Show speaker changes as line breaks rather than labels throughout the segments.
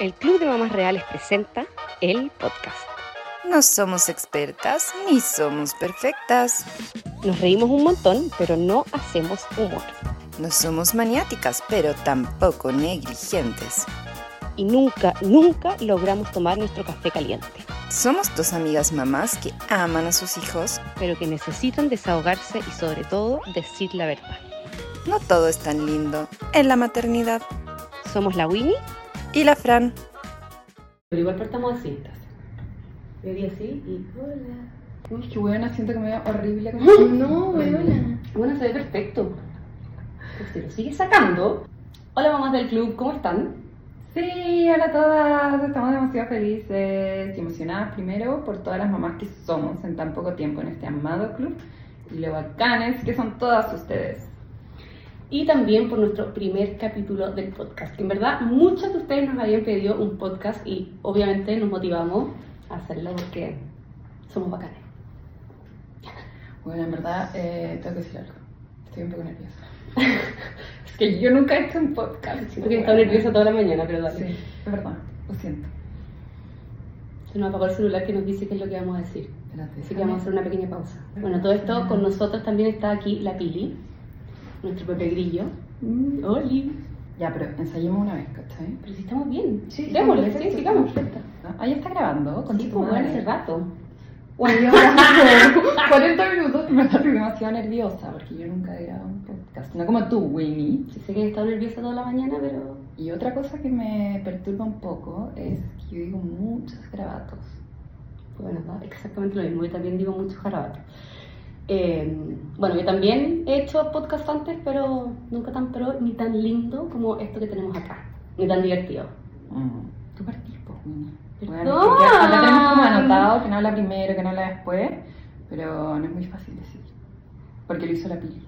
El Club de Mamás Reales presenta el podcast.
No somos expertas ni somos perfectas.
Nos reímos un montón, pero no hacemos humor.
No somos maniáticas, pero tampoco negligentes.
Y nunca, nunca logramos tomar nuestro café caliente,
Somos dos amigas mamás que aman a sus hijos.
pero que necesitan desahogarse y sobre todo decir la verdad.
No todo es tan lindo en la maternidad.
Somos la Winnie.
Y la Fran.
Pero igual partamos así. Bebí así y...
Uy, qué buena, siento que me veo horrible con
No, weona. Bueno, se ve perfecto. Pues se lo sigue sacando. Hola mamás del club, ¿cómo están?
Sí, hola a todas, estamos demasiado felices y emocionadas primero por todas las mamás que somos en tan poco tiempo en este amado club y lo bacanes que son todas ustedes.
Y también por nuestro primer capítulo del podcast. En verdad, muchas de ustedes nos habían pedido un podcast y obviamente nos motivamos a hacerlo porque somos bacanes.
Bueno, en verdad, eh, tengo que decir algo, estoy un poco nerviosa. es que yo nunca he hecho un podcast.
Siento que he estado nerviosa toda la mañana, pero dale.
Sí, es verdad, lo siento.
Se nos apagó el celular que nos dice qué es lo que vamos a decir.
Espérate,
Así que vamos a hacer una pequeña pausa. Bueno, todo esto con nosotros también está aquí la Pili, nuestro Pepe Grillo.
Mm,
Oli.
Ya, pero ensayemos una vez, ¿cachai?
Pero si estamos bien.
Sí,
Démosle,
perfecto,
sí, sigamos.
perfecto. Ahí está grabando, con
Sí, pues,
tu
como
madre.
hace rato.
Bueno, yo grabando 40 minutos me estoy demasiado nerviosa porque yo nunca he grabado un podcast. No como tú, Winnie.
Sí, sé que he estado nerviosa toda la mañana, pero
Y otra cosa que me perturba un poco es que yo digo muchos grabatos.
bueno, da exactamente lo mismo. Yo también digo mucho jarabato. Eh, bueno, yo también he hecho podcast antes, pero nunca tan pro ni tan lindo como esto que tenemos acá. Ni tan divertido.
Tú participo, Winnie.
Perdón.
Bueno, que- acá tenemos como anotado que no habla primero, que no habla después, pero no es muy fácil decir. Porque lo hizo la pili.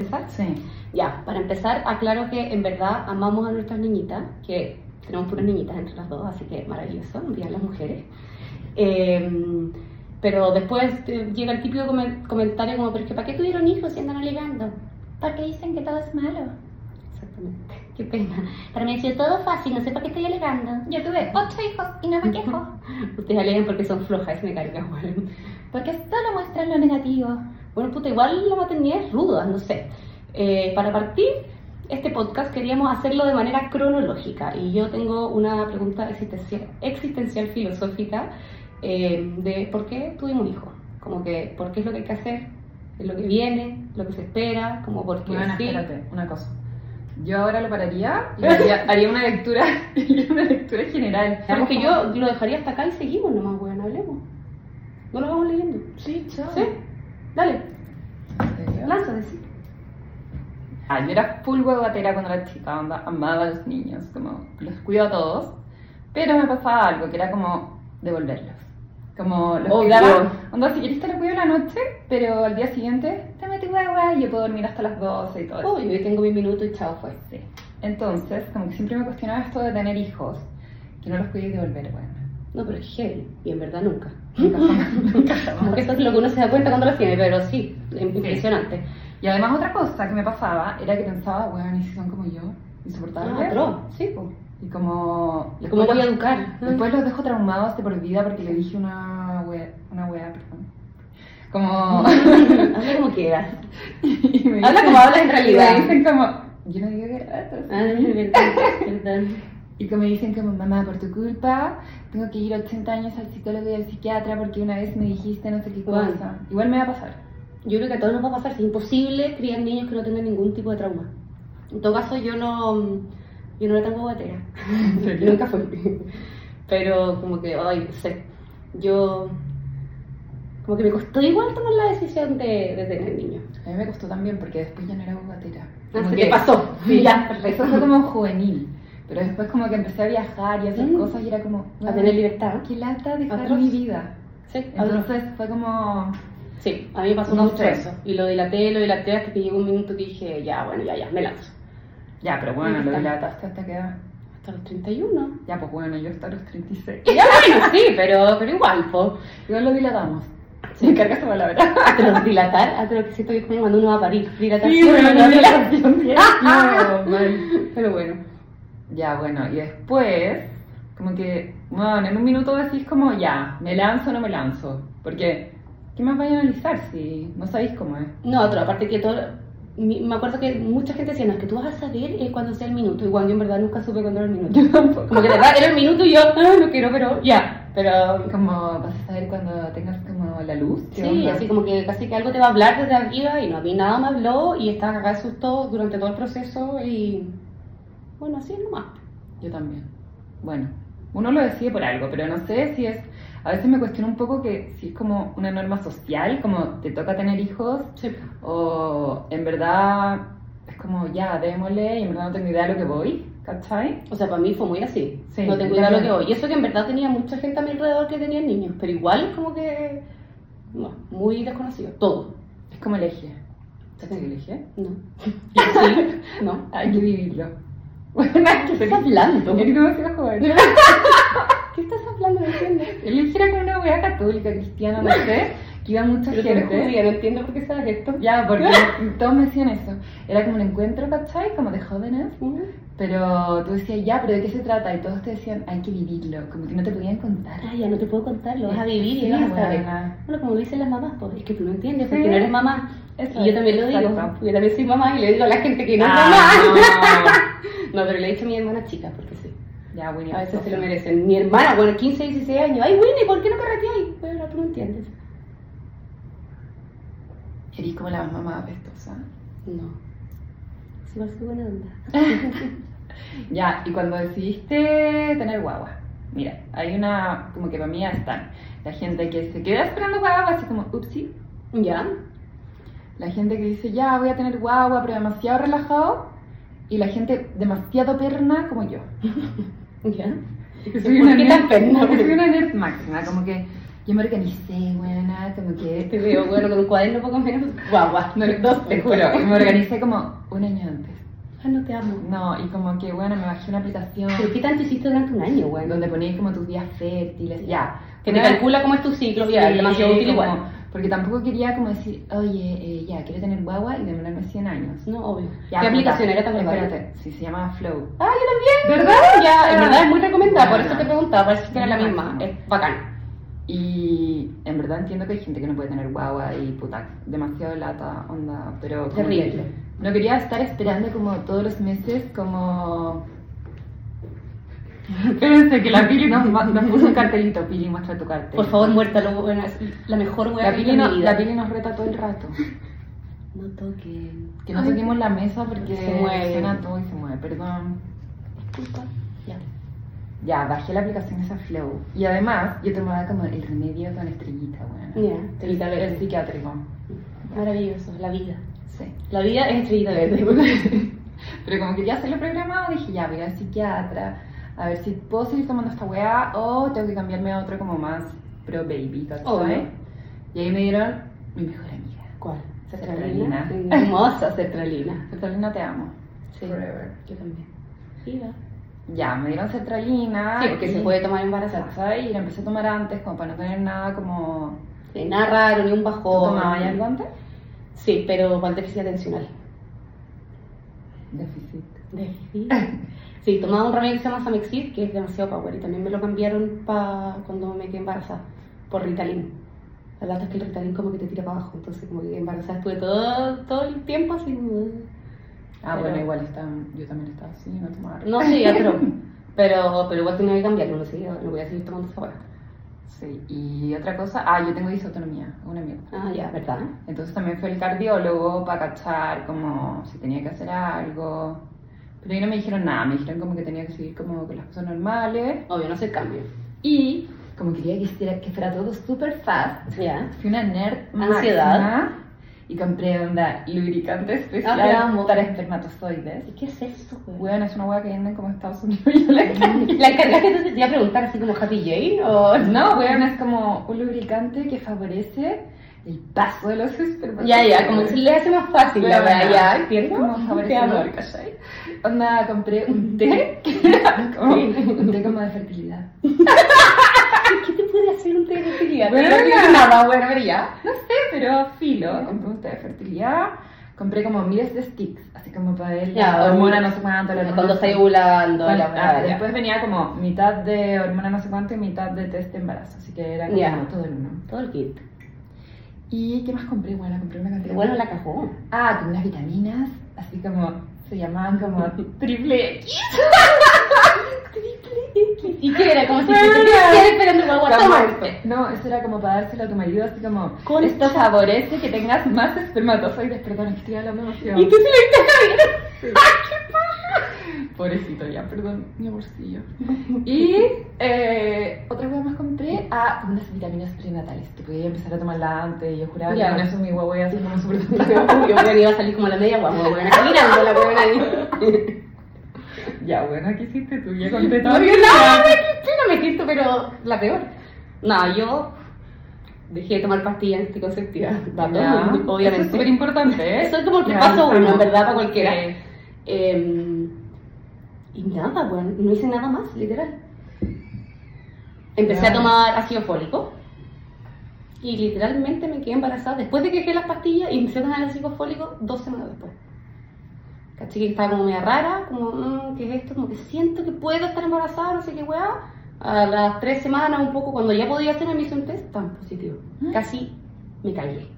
Exacto.
Sí.
Ya, para empezar, aclaro que en verdad amamos a nuestras niñitas, que tenemos puras niñitas entre las dos, así que maravilloso, un día las mujeres. Eh, pero después eh, llega el típico comen- comentario como, pero es que ¿para qué tuvieron hijos si andan ligando? ¿Para qué dicen que todo es malo? Exactamente, qué pena. Para mí ha sido todo fácil, no sé para qué estoy alegando. Yo tuve ocho hijos y no me quejo. Ustedes alegan porque son flojas, eso me carga, weón. Porque solo muestran lo negativo. Bueno, puta, igual la maternidad es ruda, no sé. Eh, para partir este podcast queríamos hacerlo de manera cronológica y yo tengo una pregunta existencial, existencial filosófica eh, de por qué tuvimos hijos. Como que, ¿por qué es lo que hay que hacer? ¿Es lo que viene? ¿Lo que se espera? Como por qué
Bueno,
sí.
espérate, una cosa. Yo ahora lo pararía y haría, haría una lectura, haría una lectura general.
Pero es que yo lo dejaría hasta acá y seguimos nomás, weón, hablemos. No lo vamos leyendo.
Sí, chao.
¿Sí? Dale,
¿En serio?
lánzate, sí.
Ah, yo era full huevatera cuando era chica, onda, amaba a los niños, como los cuido a todos, pero me pasaba algo que era como devolverlos. Como los
Obvio.
cuidaba, onda, si querés te lo cuido la noche, pero al día siguiente te metí hueva y yo puedo dormir hasta las 12 y todo eso.
Uy, yo tengo mi minuto y chao, fue. este.
Sí. Entonces, como que siempre me cuestionaba esto de tener hijos, que no los cuido y devolver, bueno.
No, pero es heavy, y en verdad nunca.
Nunca jamás, nunca jamás.
Porque eso es lo que uno se da cuenta cuando lo tiene, pero sí, es impresionante.
Y además otra cosa que me pasaba era que pensaba, bueno, y si son como yo, insoportables.
Ah, pero, sí, pues.
Y como...
¿Y cómo voy a educar?
Después los dejo traumados de por vida porque le dije una wea, una wea, perdón. Como...
Habla como quieras.
y me
Habla
dicen-
como hablas en realidad.
Y me dicen como... Yo no digo que era esto.
Ay, verdad, verdad.
Y como me dicen como, mamá, por tu culpa, tengo que ir 80 años al psicólogo y al psiquiatra porque una vez me dijiste no sé qué
Bueno.
cosa. Igual me va a pasar.
Yo creo que a todos nos va a pasar, es imposible criar niños que no tengan ningún tipo de trauma. En todo caso, yo no, yo no era tan bobatera.
serio?
Nunca fui. Pero como que, ay, no sé. Yo. Como que me costó igual tomar la decisión de, de tener niños.
A mí me costó también porque después ya no era bogatera.
Ah,
Como
sí,
que-
¿Qué pasó?
Sí, ya, perfecto. Eso fue como juvenil. Pero después como que empecé a viajar y a hacer
Mm.
cosas y era como...
A tener libertad.
Qué lata dejar
Atroz.
mi vida.
Sí, atroz.
Entonces fue como...
Sí, a mí me pasó
No
mucho
sé.
eso. Y lo dilaté, lo dilaté hasta que llegó un minuto que dije, ya, bueno, ya, ya, me lanzo.
Ya, pero bueno,
Ahí
lo
está.
dilataste hasta que... edad?
Hasta los 31.
Ya, pues bueno, yo hasta los 36.
Ya, bueno, sí, pero, pero igual, po.
Igual lo dilatamos. Se me carga esa palabra.
Hasta los dilatar, hasta lo que siento que es como cuando uno va a parir. Dilatación,
Sí, bueno,
dilatación.
dilatación, bien. No, mal.
Pero bueno.
Ya, bueno, y después, como que, bueno, en un minuto decís como, ya, me lanzo o no me lanzo. Porque, ¿qué más vais a analizar si no sabéis cómo es?
No, otro, aparte que todo. mi- Me acuerdo que mucha gente decía, no, es que tú vas a saber eh, cuándo sea el minuto. Igual yo en verdad nunca supe cuándo era el minuto. Como que de verdad era el minuto y yo, ah, no quiero, pero ya. Pero
Como, vas a saber cuando tengas como la luz. ¿qué
Sí,
onda?
así como que casi que algo te va a hablar desde arriba y no, a mí nada me habló y estaba cagada de susto durante todo el proceso y bueno, así es nomás.
Yo también. Bueno, uno lo decide por algo, pero no sé si es. A veces me cuestiono un poco que si es como una norma social, como te toca tener hijos,
Sí.
o en verdad es como ya, démosle y en verdad no tengo idea de lo que voy, ¿cachai?
O sea, para mí fue muy así.
Sí,
no tengo
yo
idea de lo que
también.
voy. Y eso que en verdad tenía mucha gente a mi alrededor que tenía niños, pero igual como que no, muy desconocido. Todo.
Es como el eje. ¿Cachai
Sí.
el eje?
No. Sí, no.
Hay que vivirlo. Ah, Bueno, hay que
¿Qué
ser
estás hablando?
Yo creo que se va a jugar.
¿Qué estás hablando? No entiendo.
Él era como una wea católica, cristiana, no sé, que iba mucha
Pero tú
gente.
eres judía, no entiendo por qué sabes esto.
Ya, porque todos me decían eso. Era como un encuentro, ¿cachai? Como de jóvenes.
Ujú.
Pero tú decías, ya, pero ¿de qué se trata? Y todos te decían, hay que vivirlo. Como que no te podían contar.
Ay, ya no te puedo contar, lo vas a vivir
Sí,
y vas a saber.
buena.
Bueno, como dicen las mamás, pues es que tú no entiendes porque
Sí.
no eres mamá.
Eso
y yo
es,
también lo digo,
exacto.
porque también soy mamá y le digo a la gente que no es mamá.
Ah,
No, pero le he dicho a mi hermana chica, porque sí.
no. Ya, Winnie.
A veces
pues,
se lo merecen. Mi hermana, bueno, 15, 16 años. Ay, Winnie, ¿por qué no carreteáis? Pero tú no entiendes.
Eres como la mamá apestosa.
No. Sí, igual soy buena onda.
Ya, y cuando decidiste tener guagua. Mira, hay una, como que para mí ya están. La gente que se queda esperando guagua, así como, upsí.
¿Ya?
La gente que dice, ya, voy a tener guagua, pero demasiado relajado. Y la gente demasiado perna como yo.
¿Ya?
Que
¿Por qué tan perna?
Porque soy una nerd máxima, como que yo me organicé, buena, como que...
Te Este veo, bueno, con un cuaderno poco menos. Guagua, no, dos,
Te juro, y me organicé como un año antes.
Ah, no te amo.
No, y como que, bueno, me bajé una aplicación
¿Pero qué tanto hiciste durante un año, bueno?
donde ponías como tus días fértiles, ya.
Que te
Una vez-
calcula cómo es tu ciclo, ya,
Sí,
demasiado útil
como-
igual.
Porque tampoco quería como decir, oye, eh, ya, quiero tener guagua y demorarme 100 años.
No, obvio.
Ya,
Mm.
puta,
¿Qué aplicación era tan
Espérate, sí, se llamaba Flow.
Ah, yo también.
¿Verdad?
Ya, en verdad es muy recomendada, por eso
Buena.
te preguntaba, parece que era la
Buena.
misma. Es bacán.
Y en verdad entiendo que hay gente que no puede tener guagua y puta, demasiado lata, onda, pero... como
Terrible.
que No quería estar esperando como todos los meses como... Espérense que la Pili nos, ma- nos puso un cartelito, Pili, muestra tu cartel.
Por favor, muértalo, buena, es la mejor wea
la
que he
Pili,
visto
no-
en mi vida.
la Pili nos reta todo el rato.
No toquen.
Que no toquemos la mesa porque
Se mueve.
suena todo y se mueve, perdón.
Disculpa. Ya.
Ya, bajé la aplicación esa Flow. Y además, yo tomaba como el remedio con estrellita, bueno.
Ya, estrellita
el,
verde.
psiquiátrico.
Maravilloso, la vida.
Sí.
La vida es estrellita verde.
Pero como quería hacerlo programado, dije, ya, voy a ir al psiquiatra, a ver si puedo seguir tomando esta weá o tengo que cambiarme a otro como más pro baby, ¿cachai?
Obvio.
Y ahí me dieron mi mejor amiga.
¿Cuál?
Sertralina.
Sí, Hermosa sertralina.
Sertralina, te amo.
Sí.
Forever.
Yo también. Viva.
Ya, me dieron sertralina.
Ah, Sí, porque
y-
se puede tomar embarazada.
¿Cachai? Y la empecé a tomar antes, como para no tener nada como...
De nada raro, ni un
¿Tú
bajón.
tomabas ya algo antes?
Sí, pero para el déficit atencional.
Déficit.
Sí, tomaba un remedio que se llama Samexit, que es demasiado power, y también me lo cambiaron para cuando me quedé embarazada, por Ritalin. La lata es que el Ritalin como que te tira para abajo, entonces como que quedé embarazada estuve todo, todo el tiempo así... mm, No,
Ah,
Pero-
bueno, igual está, yo también estaba así, no tomaba
sí, ya, pero, pero, pero igual tenía que cambiarlo, no, sé, no voy a seguir tomando esa hora.
Sí, y otra cosa, ah, yo tengo disautonomía, una mierda.
Ah, ya, ¿verdad?
Entonces también fue el cardiólogo para cachar como si tenía que hacer algo. Pero ahí no me dijeron nada, me dijeron como que tenía que seguir como con las cosas normales.
Obvio, no se cambia.
Y como quería que, hiciera- que fuera todo súper fast,
Ya.
fui una nerd
Ansiedad.
máxima y compré onda lubricante especial
Ah, te amo.
para espermatozoides.
¿Y qué es eso, güey?
Weón, es una weá que venden como en Estados Unidos. y yo la cagué.
¿La encargaste entonces te iba a preguntar así como Happy Jane o...?
No, weón, es como un lubricante que favorece el paso de los espermatozoides.
Ya, ya, como que se le hace más fácil la
Weona,
verdad, ya, ¿entiendes?
Como
Te
favorece el
amo.
olor, ¿cachai? Onda, compré un té que era como un té como de fertilidad.
¿Qué te puede hacer un té de fertilidad?
Bueno,
no
ya.
nada, bueno, pero ya.
No sé, pero filo, compré un té de fertilidad, compré como miles de sticks, así como para ver
Ya,
la hormona
hormona.
no sé cuánto, la hormona
Cuando
no
estáis
sé-
ovulando,
Bueno,
la
ah,
weá, ya.
después venía como mitad de hormona no sé cuánto y mitad de test de embarazo, así que era como
Ya.
todo en uno.
Todo el kit.
¿Y qué más compré? Bueno, compré una cantidad.
Pero bueno, la cagó.
Ah, con unas vitaminas, así como se llamaban como triple X.
¿Y qué era? Como si
Bueno.
te quedas esperando una guata
Como-
Ah, muerte.
No, eso era como para dárselo a tu marido, así como
Con-
esto favorece que tengas más espermatozoides. Perdón, es que estoy hablando demasiado.
Y tú se lo estás
Pobrecito ya, perdón, mi bolsillo. Y eh, otra cosa más compré, ah, unas vitaminas prenatales que podía empezar a tomarla antes. Yo juraba
Ya.
que con eso mi guagua iba a ser como súper
viendo. Yo creo que iba a salir como la media guapa, weón. Caminando la weón ahí.
Ya, bueno, ¿qué hiciste tú? Ya
No,
conté
yo
todo.
no, no me siento, pero la peor. No, yo dejé de tomar pastillas anticonceptivas. Dato,
Ya.
muy- obviamente.
Eso es súper importante, ¿eh?
Eso es como el
Ya,
paso uno,
estamos.
¿verdad? Para cualquiera.
Sí.
Eh, y nada, weón, no hice nada más, literal. Empecé
Ya.
a tomar ácido fólico y literalmente me quedé embarazada después de que dejé las pastillas y empecé a tomar ácido fólico dos semanas después. Caché que estaba como media rara, como, mm, ¿qué es esto? Como que siento que puedo estar embarazada, no sé qué weá. A las tres semanas, un poco, cuando ya podía hacerme, me hice un test tan positivo.
¿Mm?
Casi me callé.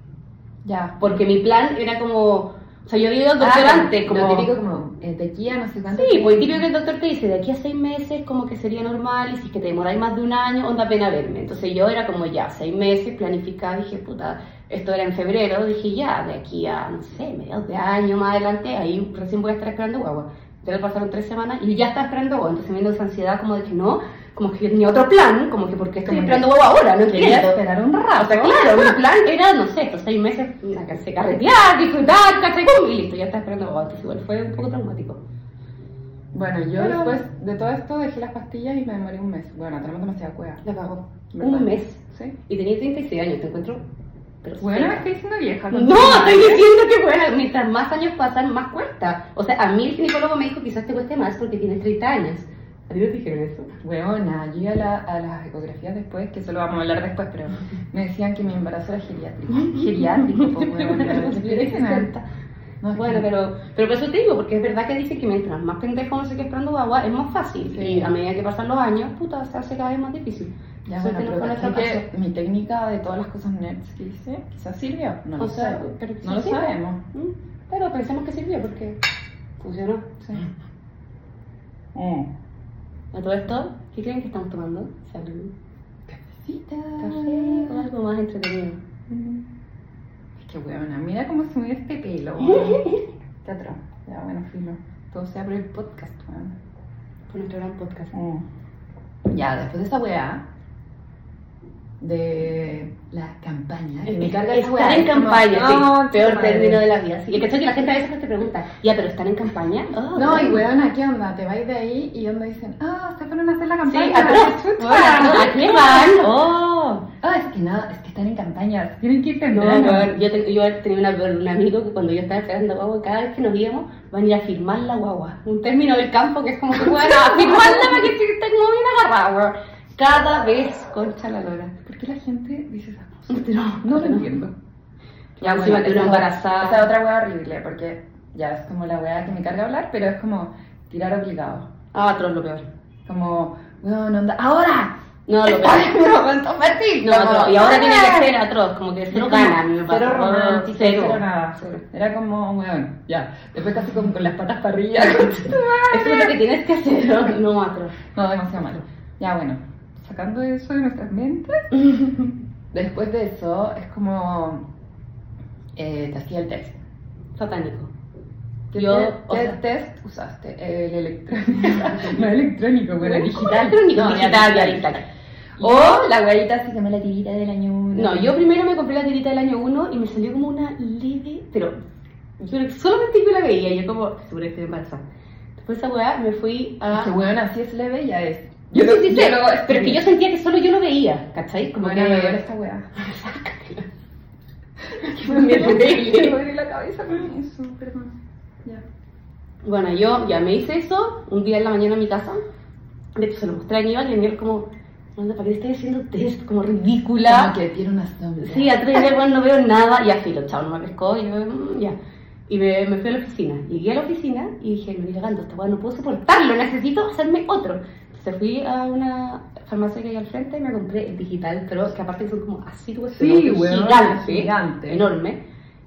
Ya.
Porque mi plan era como, o sea, yo había ido al
Ah,
doctor antes, como...
Lo típico como eh, tequila, no sé cuánto.
Sí, pues típico que el doctor te dice, de aquí a seis meses como que sería normal y si es que te demoráis más de un año, onda pena verme. Entonces yo era como ya, seis meses, planificada, dije, puta, esto era en febrero, dije ya, de aquí a, no sé, mediados de año más adelante, ahí recién voy a estar esperando guagua. Ya le pasaron tres semanas y yo ya estaba esperando guagua, entonces me vino esa ansiedad como de que no, como que yo tenía otro plan, como que porque estoy
Como que
esperando guagua ahora, no
Quería
entiendo.
esperar un rato.
O sea, claro, mi plan era, no sé, estos seis meses, la cansé carretear, disfrutar, ¿cachai? Y listo, ya estaba esperando guagua, entonces igual fue un poco traumático.
Bueno, yo
Pero-
después de todo esto dejé las pastillas y me demoré un mes. Bueno, tenemos demasiada cueva.
La cagó.
¿Verdad?
Un mes.
Sí.
Y tenía 36 años, te encuentro. Pero
Bueno, me
seca.
estoy diciendo vieja. con tu
No,
madre.
estoy diciendo que bueno, mientras más años pasan, más cuesta. O sea, a mí el ginecólogo me dijo quizás te cueste más porque tienes 30 años. A ti no te dijeron eso.
Weona, yo iba a, la- a las ecografías después, que eso lo vamos a hablar después, pero me decían que mi embarazo era geriátrico. Geriátrico, pues, weona. ¿qué te dicen? No, es
Bueno,
que-
pero, pero por eso te digo, porque es verdad que dicen que mientras más pendejo no se quede esperando agua, es más fácil.
Sí.
Y a medida que pasan los años, puta, se hace cada vez más difícil.
Ya,
Suerte
bueno,
no
pero
con
caché
otro
que mi técnica de todas las cosas nerds que hice, quizás sirvió. No
O
lo
sea,
sabemos.
pero
No lo
quizás sirva.
sabemos.
paso. ¿Mm? Pero pensemos que sirvió porque funcionó.
Sí. Mm.
A todo esto, ¿qué creen que estamos tomando? Salud.
Cafecita.
Café o algo más entretenido.
Es que weona, mira cómo se me dio este pelo. Teatro. Ya, bueno, filo. Todo sea por el podcast, weona.
Por nuestro gran podcast.
Oh. Ya, después de esa weá. De la campaña. que me carga esa
Estar
weá,
en
es como,
campaña, sí.
no,
Peor
madre.
término de la vida. Sí. Y que que la gente a veces te pregunta, ya, pero ¿están en campaña? Oh,
No, y
bueno.
weona, ¿qué onda? Te vais de ahí y onda dicen, ah, se fueron a hacer la
Sí,
campaña.
atroz.
Chucha.
Hola, ¿A qué van? Oh.
Ah, es que nada, es que están en campañas. Tienen que ir
No,
temprano.
weón, yo, te- yo tenía una- un amigo que cuando yo estaba esperando guagua, cada vez que nos íbamos, van a ir a firmar la guagua. Un término del campo que es como que, bueno, a firmarla para que se esté como bien agarrada, weón. Cada vez, concha la lora.
¿Por qué la gente dice esas cosas?
No,
No lo entiendo.
Ya, encima que
esa
una
es
embarazada.
Esa es otra wea horrible, porque ya es como la wea que me carga hablar, pero es como tirar obligado.
Ah, atroz, lo peor.
Como, no, no, anda, ¡ahora!
No, lo peor.
¡Está en un momento fértil!
No,
Como,
atroz. Y ahora tiene
¡ah!
que ser atroz, como que cero
Como,
gana, a mí
Cero
me pasa.
romántico,
Cero.
cero nada.
Cero.
Era como, weón, ya. Después casi como con las patas para arriba.
Eso es lo que tienes que hacer, no, no atroz.
No, demasiado malo. Ya, bueno, sacando eso de nuestras mentes, después de eso es como. Eh, te hacía el test.
Satánico.
¿Qué
Yo,
te-
o
qué
sea-
test usaste? El electrónico. no electrónico, pero
¿Cómo
digital.
electrónico?
No,
Digital,
ya,
ya,
digital.
digital.
O la huevita así se llama la tirita del año uno.
No, yo primero me compré la tirita del año 1 y me salió como una leve, pero yo creo que solamente yo la veía, yo como, seguro que estoy embarazada. Después de esa weá me fui a...
Ah, Que weón, así es leve, ya es.
Ah. Yo sí, sí sé,
luego
pero que
escribí.
yo sentía que solo yo lo veía, ¿cachai? Como
Bueno, me duele
que...
esta weá.
Me duele.
duele la cabeza con eso, perdón. Ya.
Bueno, yo ya me hice eso un día en la mañana en mi casa. De hecho, se lo mostré a Aníbal y Aníbal como, "Onda, ¿para qué le estoy haciendo test? Como ridícula.
Como que tiene una sombra.
Sí, a tres días, bueno, no veo nada. Ya filo, chao, no me pescó. Y yo, mm, ya. Y me, me fui a la oficina. Llegué a la oficina y dije, no, llegando, esta weá no puedo soportarlo, necesito hacerme otro. Entonces fui a una farmacia que hay al frente y me compré el digital, pero que aparte son como así, weón,
Sí, weón,
gigante,
gigante.
enorme.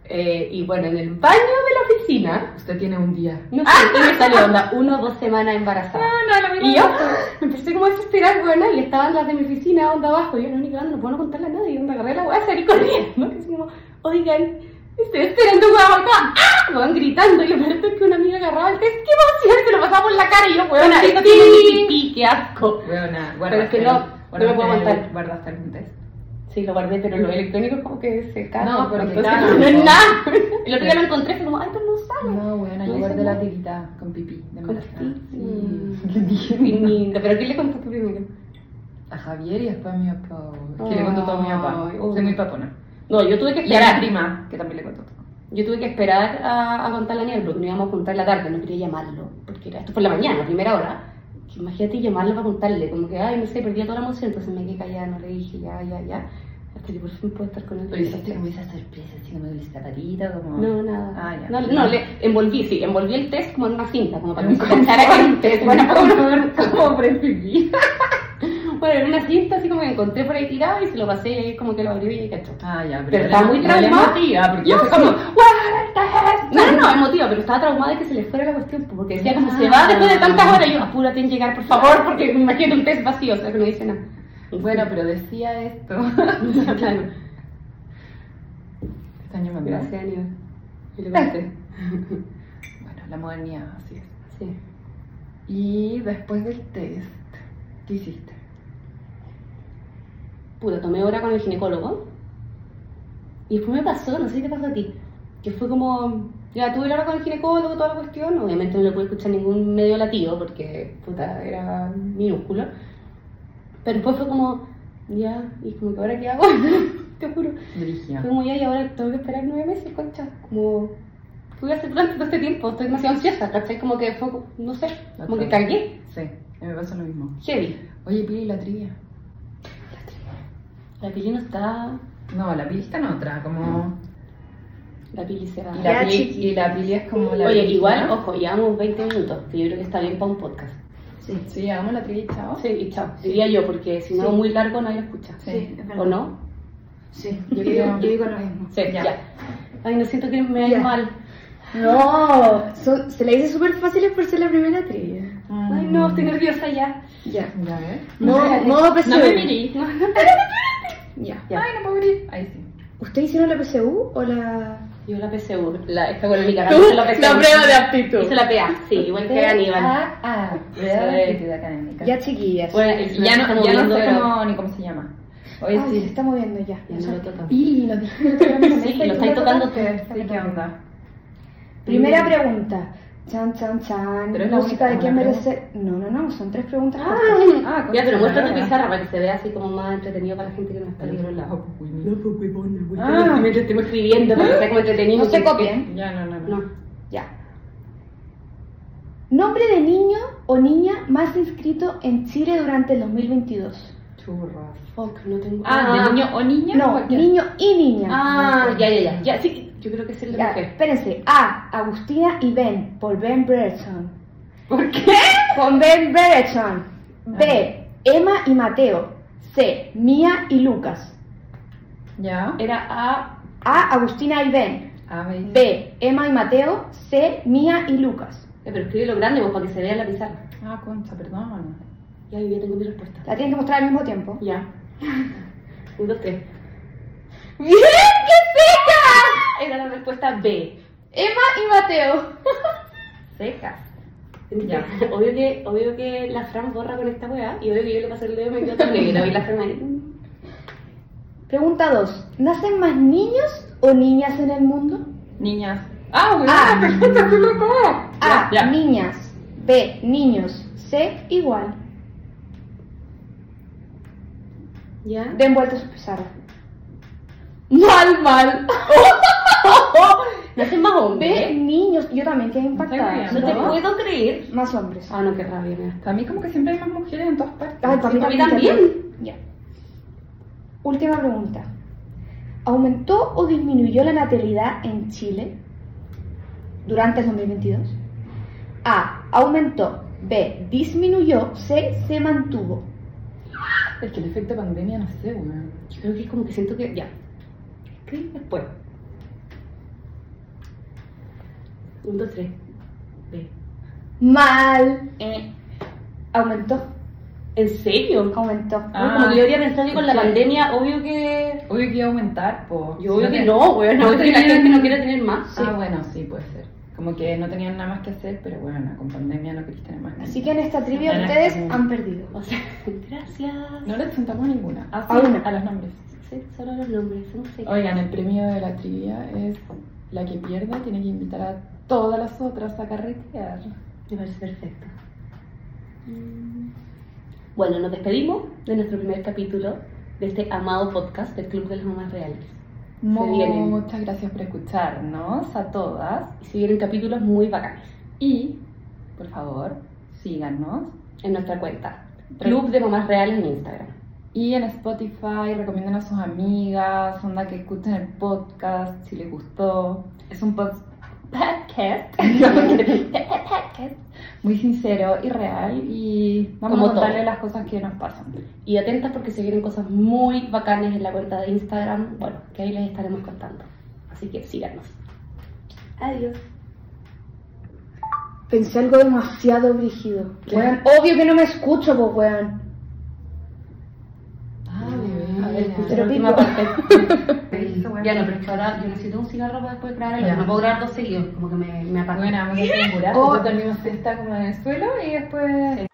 Eh, y bueno, en el baño de la oficina,
Usted tiene un día.
no sé, qué me salió onda, uno o dos semanas embarazada.
no, lo
Y yo me empecé como a desesperar, bueno, y estaban las de mi oficina, onda abajo, y yo, no, ni cagando, no puedo no contarle a nadie, onda, agarré la weá, salí corriendo, que así como, oigan, estoy esperando weá acá, ¡ah! Me van gritando, y lo peor es que una amiga agarraba el test, qué emoción, se lo pasaba por la cara, y yo, weón, esto tiene pipí, qué asco.
Weona,
Pero es que no, no lo puedo aguantar.
¿Guardaste algún test?
Sí, lo guardé, pero lo electrónico es como que se caga.
No, pero
entonces
claro,
no es
no.
nada. El otro día lo encontré, fue como, ay, pero no sale.
No, weona,
No
yo
hice
guardé
nada.
la tirita con pipí. Mm. De
Con
embarazada.
pipí, sí.
Le dije
Y ni- pero ¿qué le contaste primero?
a Javier y después a mi papá. Que le contó todo a mi papá.
Ay, uy.
Soy muy papona.
No, yo tuve que
Y a
esperar.
mi prima, que también le contó todo.
Yo tuve que esperar a, a contarle a Daniel, porque no íbamos a contar la tarde, no quería llamarlo, porque era esto por la mañana, a primera hora. Que Imagínate llamarlo para contarle, como que, ay, no sé, perdí toda la emoción, entonces me quedé callada, no le dije, ya, ya, ya, hasta que por fin pude estar con él.
Lo hiciste como esa sorpresa, así como el zapatito, como...
No, nada.
Ah, ya.
No, no, le envolví, sí, envolví el test como en una cinta, como para que se
Como-
pensara que era un test. Bueno,
como prescribí.
como- bueno, en una cinta así como que encontré por ahí tirado y se lo pasé y ahí como que lo abrí y cachó.
Ah, ya,
Pero está muy traumada.
traumática, porque
No,
yo fue como...
sí. No, no, no, emotiva, pero estaba traumada de que se le fuera la cuestión, pues, porque decía como se va después de tantas horas, y yo apúrate en llegar, por favor, porque me imagino un test vacío, o sea que no dice nada.
Bueno, pero decía esto.
claro.
Este año me
Gracias,
Gracias.
Aníbal. Y lo
Gracias.
conté.
Bueno, la modernidad, así es.
Sí.
Y después del test, ¿qué hiciste?
Puta, tomé hora con el ginecólogo. Y después me pasó, no sé si te pasó a ti, que fue como, ya tuve la hora con el ginecólogo, toda la cuestión, obviamente no le pude escuchar ningún medio latido porque, puta, era minúsculo. Pero después fue como, ya, y como que ahora qué hago, te juro.
Dirigió.
Fue como ya y ahora tengo que esperar nueve meses, concha. Como, ¿qué voy a hacer durante todo este tiempo? Estoy demasiado ansiosa, ¿cachai? Como que fue, no sé, como que cagué,
Sí, me pasó lo mismo.
heavy.
Oye, Pili, la trivia.
La pili no está,
No, la Pili está en otra, como...
la pili se va.
Y
Ya,
la, pili,
chiqui.
y la Pili es como la...
Ah. Oye,
Virgen,
igual,
¿no?
ojo, llevamos 20 minutos, que yo creo que está bien para un podcast.
Sí.
Sí, hagamos la trivia, chao.
Sí, y chao, diría yo, porque si no
Sí.
muy largo nadie lo escucha.
Sí, es verdad.
¿O no?
Sí,
Yo
yo,
creo-
digo, yo digo lo mismo.
Sí, ya.
Ya.
Ay, no siento que me vaya
Ya.
mal.
No, so- se la hice súper fácil por ser la primera trivia.
Ay, no, estoy nerviosa ya.
Ya.
Ya ves.
No, no, PSU.
No me miré. No, no.
Ya.
Ya.
Ay, no puedo abrir. Ahí sí.
¿Ustedes hicieron la PSU o la...?
Yo la PSU, la esta con la hice la PSU.
aptitud.
Hice la PA, sí, igual que Aníbal.
Ah, ah, prueba de actitud académica.
Ya, chiquillas.
Bueno, el
Ya
Fernando
no,
está
ya no
moviendo,
sé
pero-
cómo, ni cómo se llama. Oye,
Ay,
sí.
se está moviendo ya.
Ya no lo toca.
Y nos dijimos que íbamos a
Sí,
hacer
lo estáis
todo
tocando
rato.
ustedes,
Sí, ¿qué onda?
Primera pregunta. Chan, chan, chan.
Pero es la
Música de
única
quién
buena
merece. No, no, no. Son tres preguntas. cortas.
Ah,
Ah,
ya, pero
con
muestra tu
la-
pizarra para que se vea así como más entretenido para la gente que no está
Al
al otro
libro la-
lado.
Ah.
Mientras estemos escribiendo, para que sea como entretenido.
No se
porque-
copien.
Ya, no, no, no.
No.
Ya. Nombre de niño o niña más inscrito en Chile durante el 2022.
Churras.
Fuck, no tengo.
Ah, ¿de niño o niña?
No,
Cualquier-
niño y niña.
Ah, ya, ya, ya. Ya, sí. Yo creo que es el de
Ya,
mujer.
espérense. A. Agustina y Ben por Ben Brereton.
¿Por qué?
Con Ben Brereton. B. Emma y Mateo. C. Mía y Lucas.
Ya.
Era A.
A. Agustina y Ben.
A, B. y C.
B. Emma y Mateo. C. Mía y Lucas.
Eh, Pero escribe lo grande, vos, para que se vea en la pizarra.
Ah, concha, perdón.
Ya, yo ya tengo mi respuesta.
La tienen que mostrar al mismo tiempo.
Ya. Un, dos, tres.
¡Bien! ¡Qué
Era la respuesta B.
seca! Emma y Mateo.
Secas.
Ya. Obvio que, obvio que la Fran borra con esta weá y obvio que yo le pasé el dedo y me quedo tan negra. Y la Fran ahí. mm.
Pregunta 2. ¿Nacen más niños o niñas en el mundo?
Niñas. Ah, bueno,
Ah.
perfecto, tú no cómo.
Ah.
A.
Ya.
Niñas. B. Niños. C. Igual.
Ya.
Den vuelta a su pizarra.
Mal, mal. No haces más
B.
hombre.
Niños. Yo también quedé
¿eh?
impactada.
No
No
te
¿No?
puedo creer.
Más hombres.
Ah, no, qué rabia me da.
Para mí como que siempre hay más mujeres en todas partes.
Ay, para
Sí,
mí
para mí
también.
también.
Ya. Última pregunta. ¿Aumentó o disminuyó la natalidad en Chile? durante el 2022? A. Aumentó. B. Disminuyó. C. Se mantuvo.
Es que el efecto pandemia, no sé, weón.
Yo creo que es como que siento que ya. Clic después. Un, dos, tres. Ve.
Mal. E,
Eh.
Aumentó.
¿En serio?
Aumentó.
Ah,
como que yo había pensado que con la
sí.
pandemia, obvio que.
Obvio que iba a aumentar, po.
Yo obvio
Si
que no, weón. No,
no
porque la
tenían-
gente no quiere tener más.
Ah, bueno, sí, puede ser. Como que no tenían nada más que hacer, pero bueno, con pandemia no querías tener más. nada.
Así que en esta trivia
Bueno,
ustedes
está bien.
han perdido.
O sea, gracias.
No les sentamos ninguna. Ah,
A
sí,
una.
a los nombres.
Sí, solo los nombres, no sé.
Oigan, el premio de la trivia es la que pierda tiene que invitar a todas las otras a carretear.
Me parece perfecto. Mm. Bueno, nos despedimos de nuestro primer capítulo de este amado podcast del Club de las Mamás Reales. vienen.
Muchas gracias por escucharnos a todas
Y se vienen capítulos muy bacanes
y por favor síganos
en nuestra cuenta.
Pero-
Club de Mamás Reales en Instagram.
y en Spotify recomienden a sus amigas, onda que escuchen el podcast si les gustó. Es un pod- podcast podcast muy sincero y real y vamos
Como
a contarle
todo.
las cosas que nos pasan.
Y atentas porque se vienen cosas muy bacanes en la cuenta de Instagram, bueno, que ahí les estaremos contando. Así que síganos. Adiós.
Pensé algo demasiado brígido.
¿Qué?
Weón, obvio que no me escucho, pues, weón.
A ver, escucha
Pero
la última
Eso,
parte.
bueno.
ya no, pero es que ahora yo necesito un cigarro para después grabar el
Ya.
otro. No puedo grabar dos seguidos, como que me, me apago.
Bueno, vamos a hacer un buraco. Entonces dormimos siesta como en el suelo y después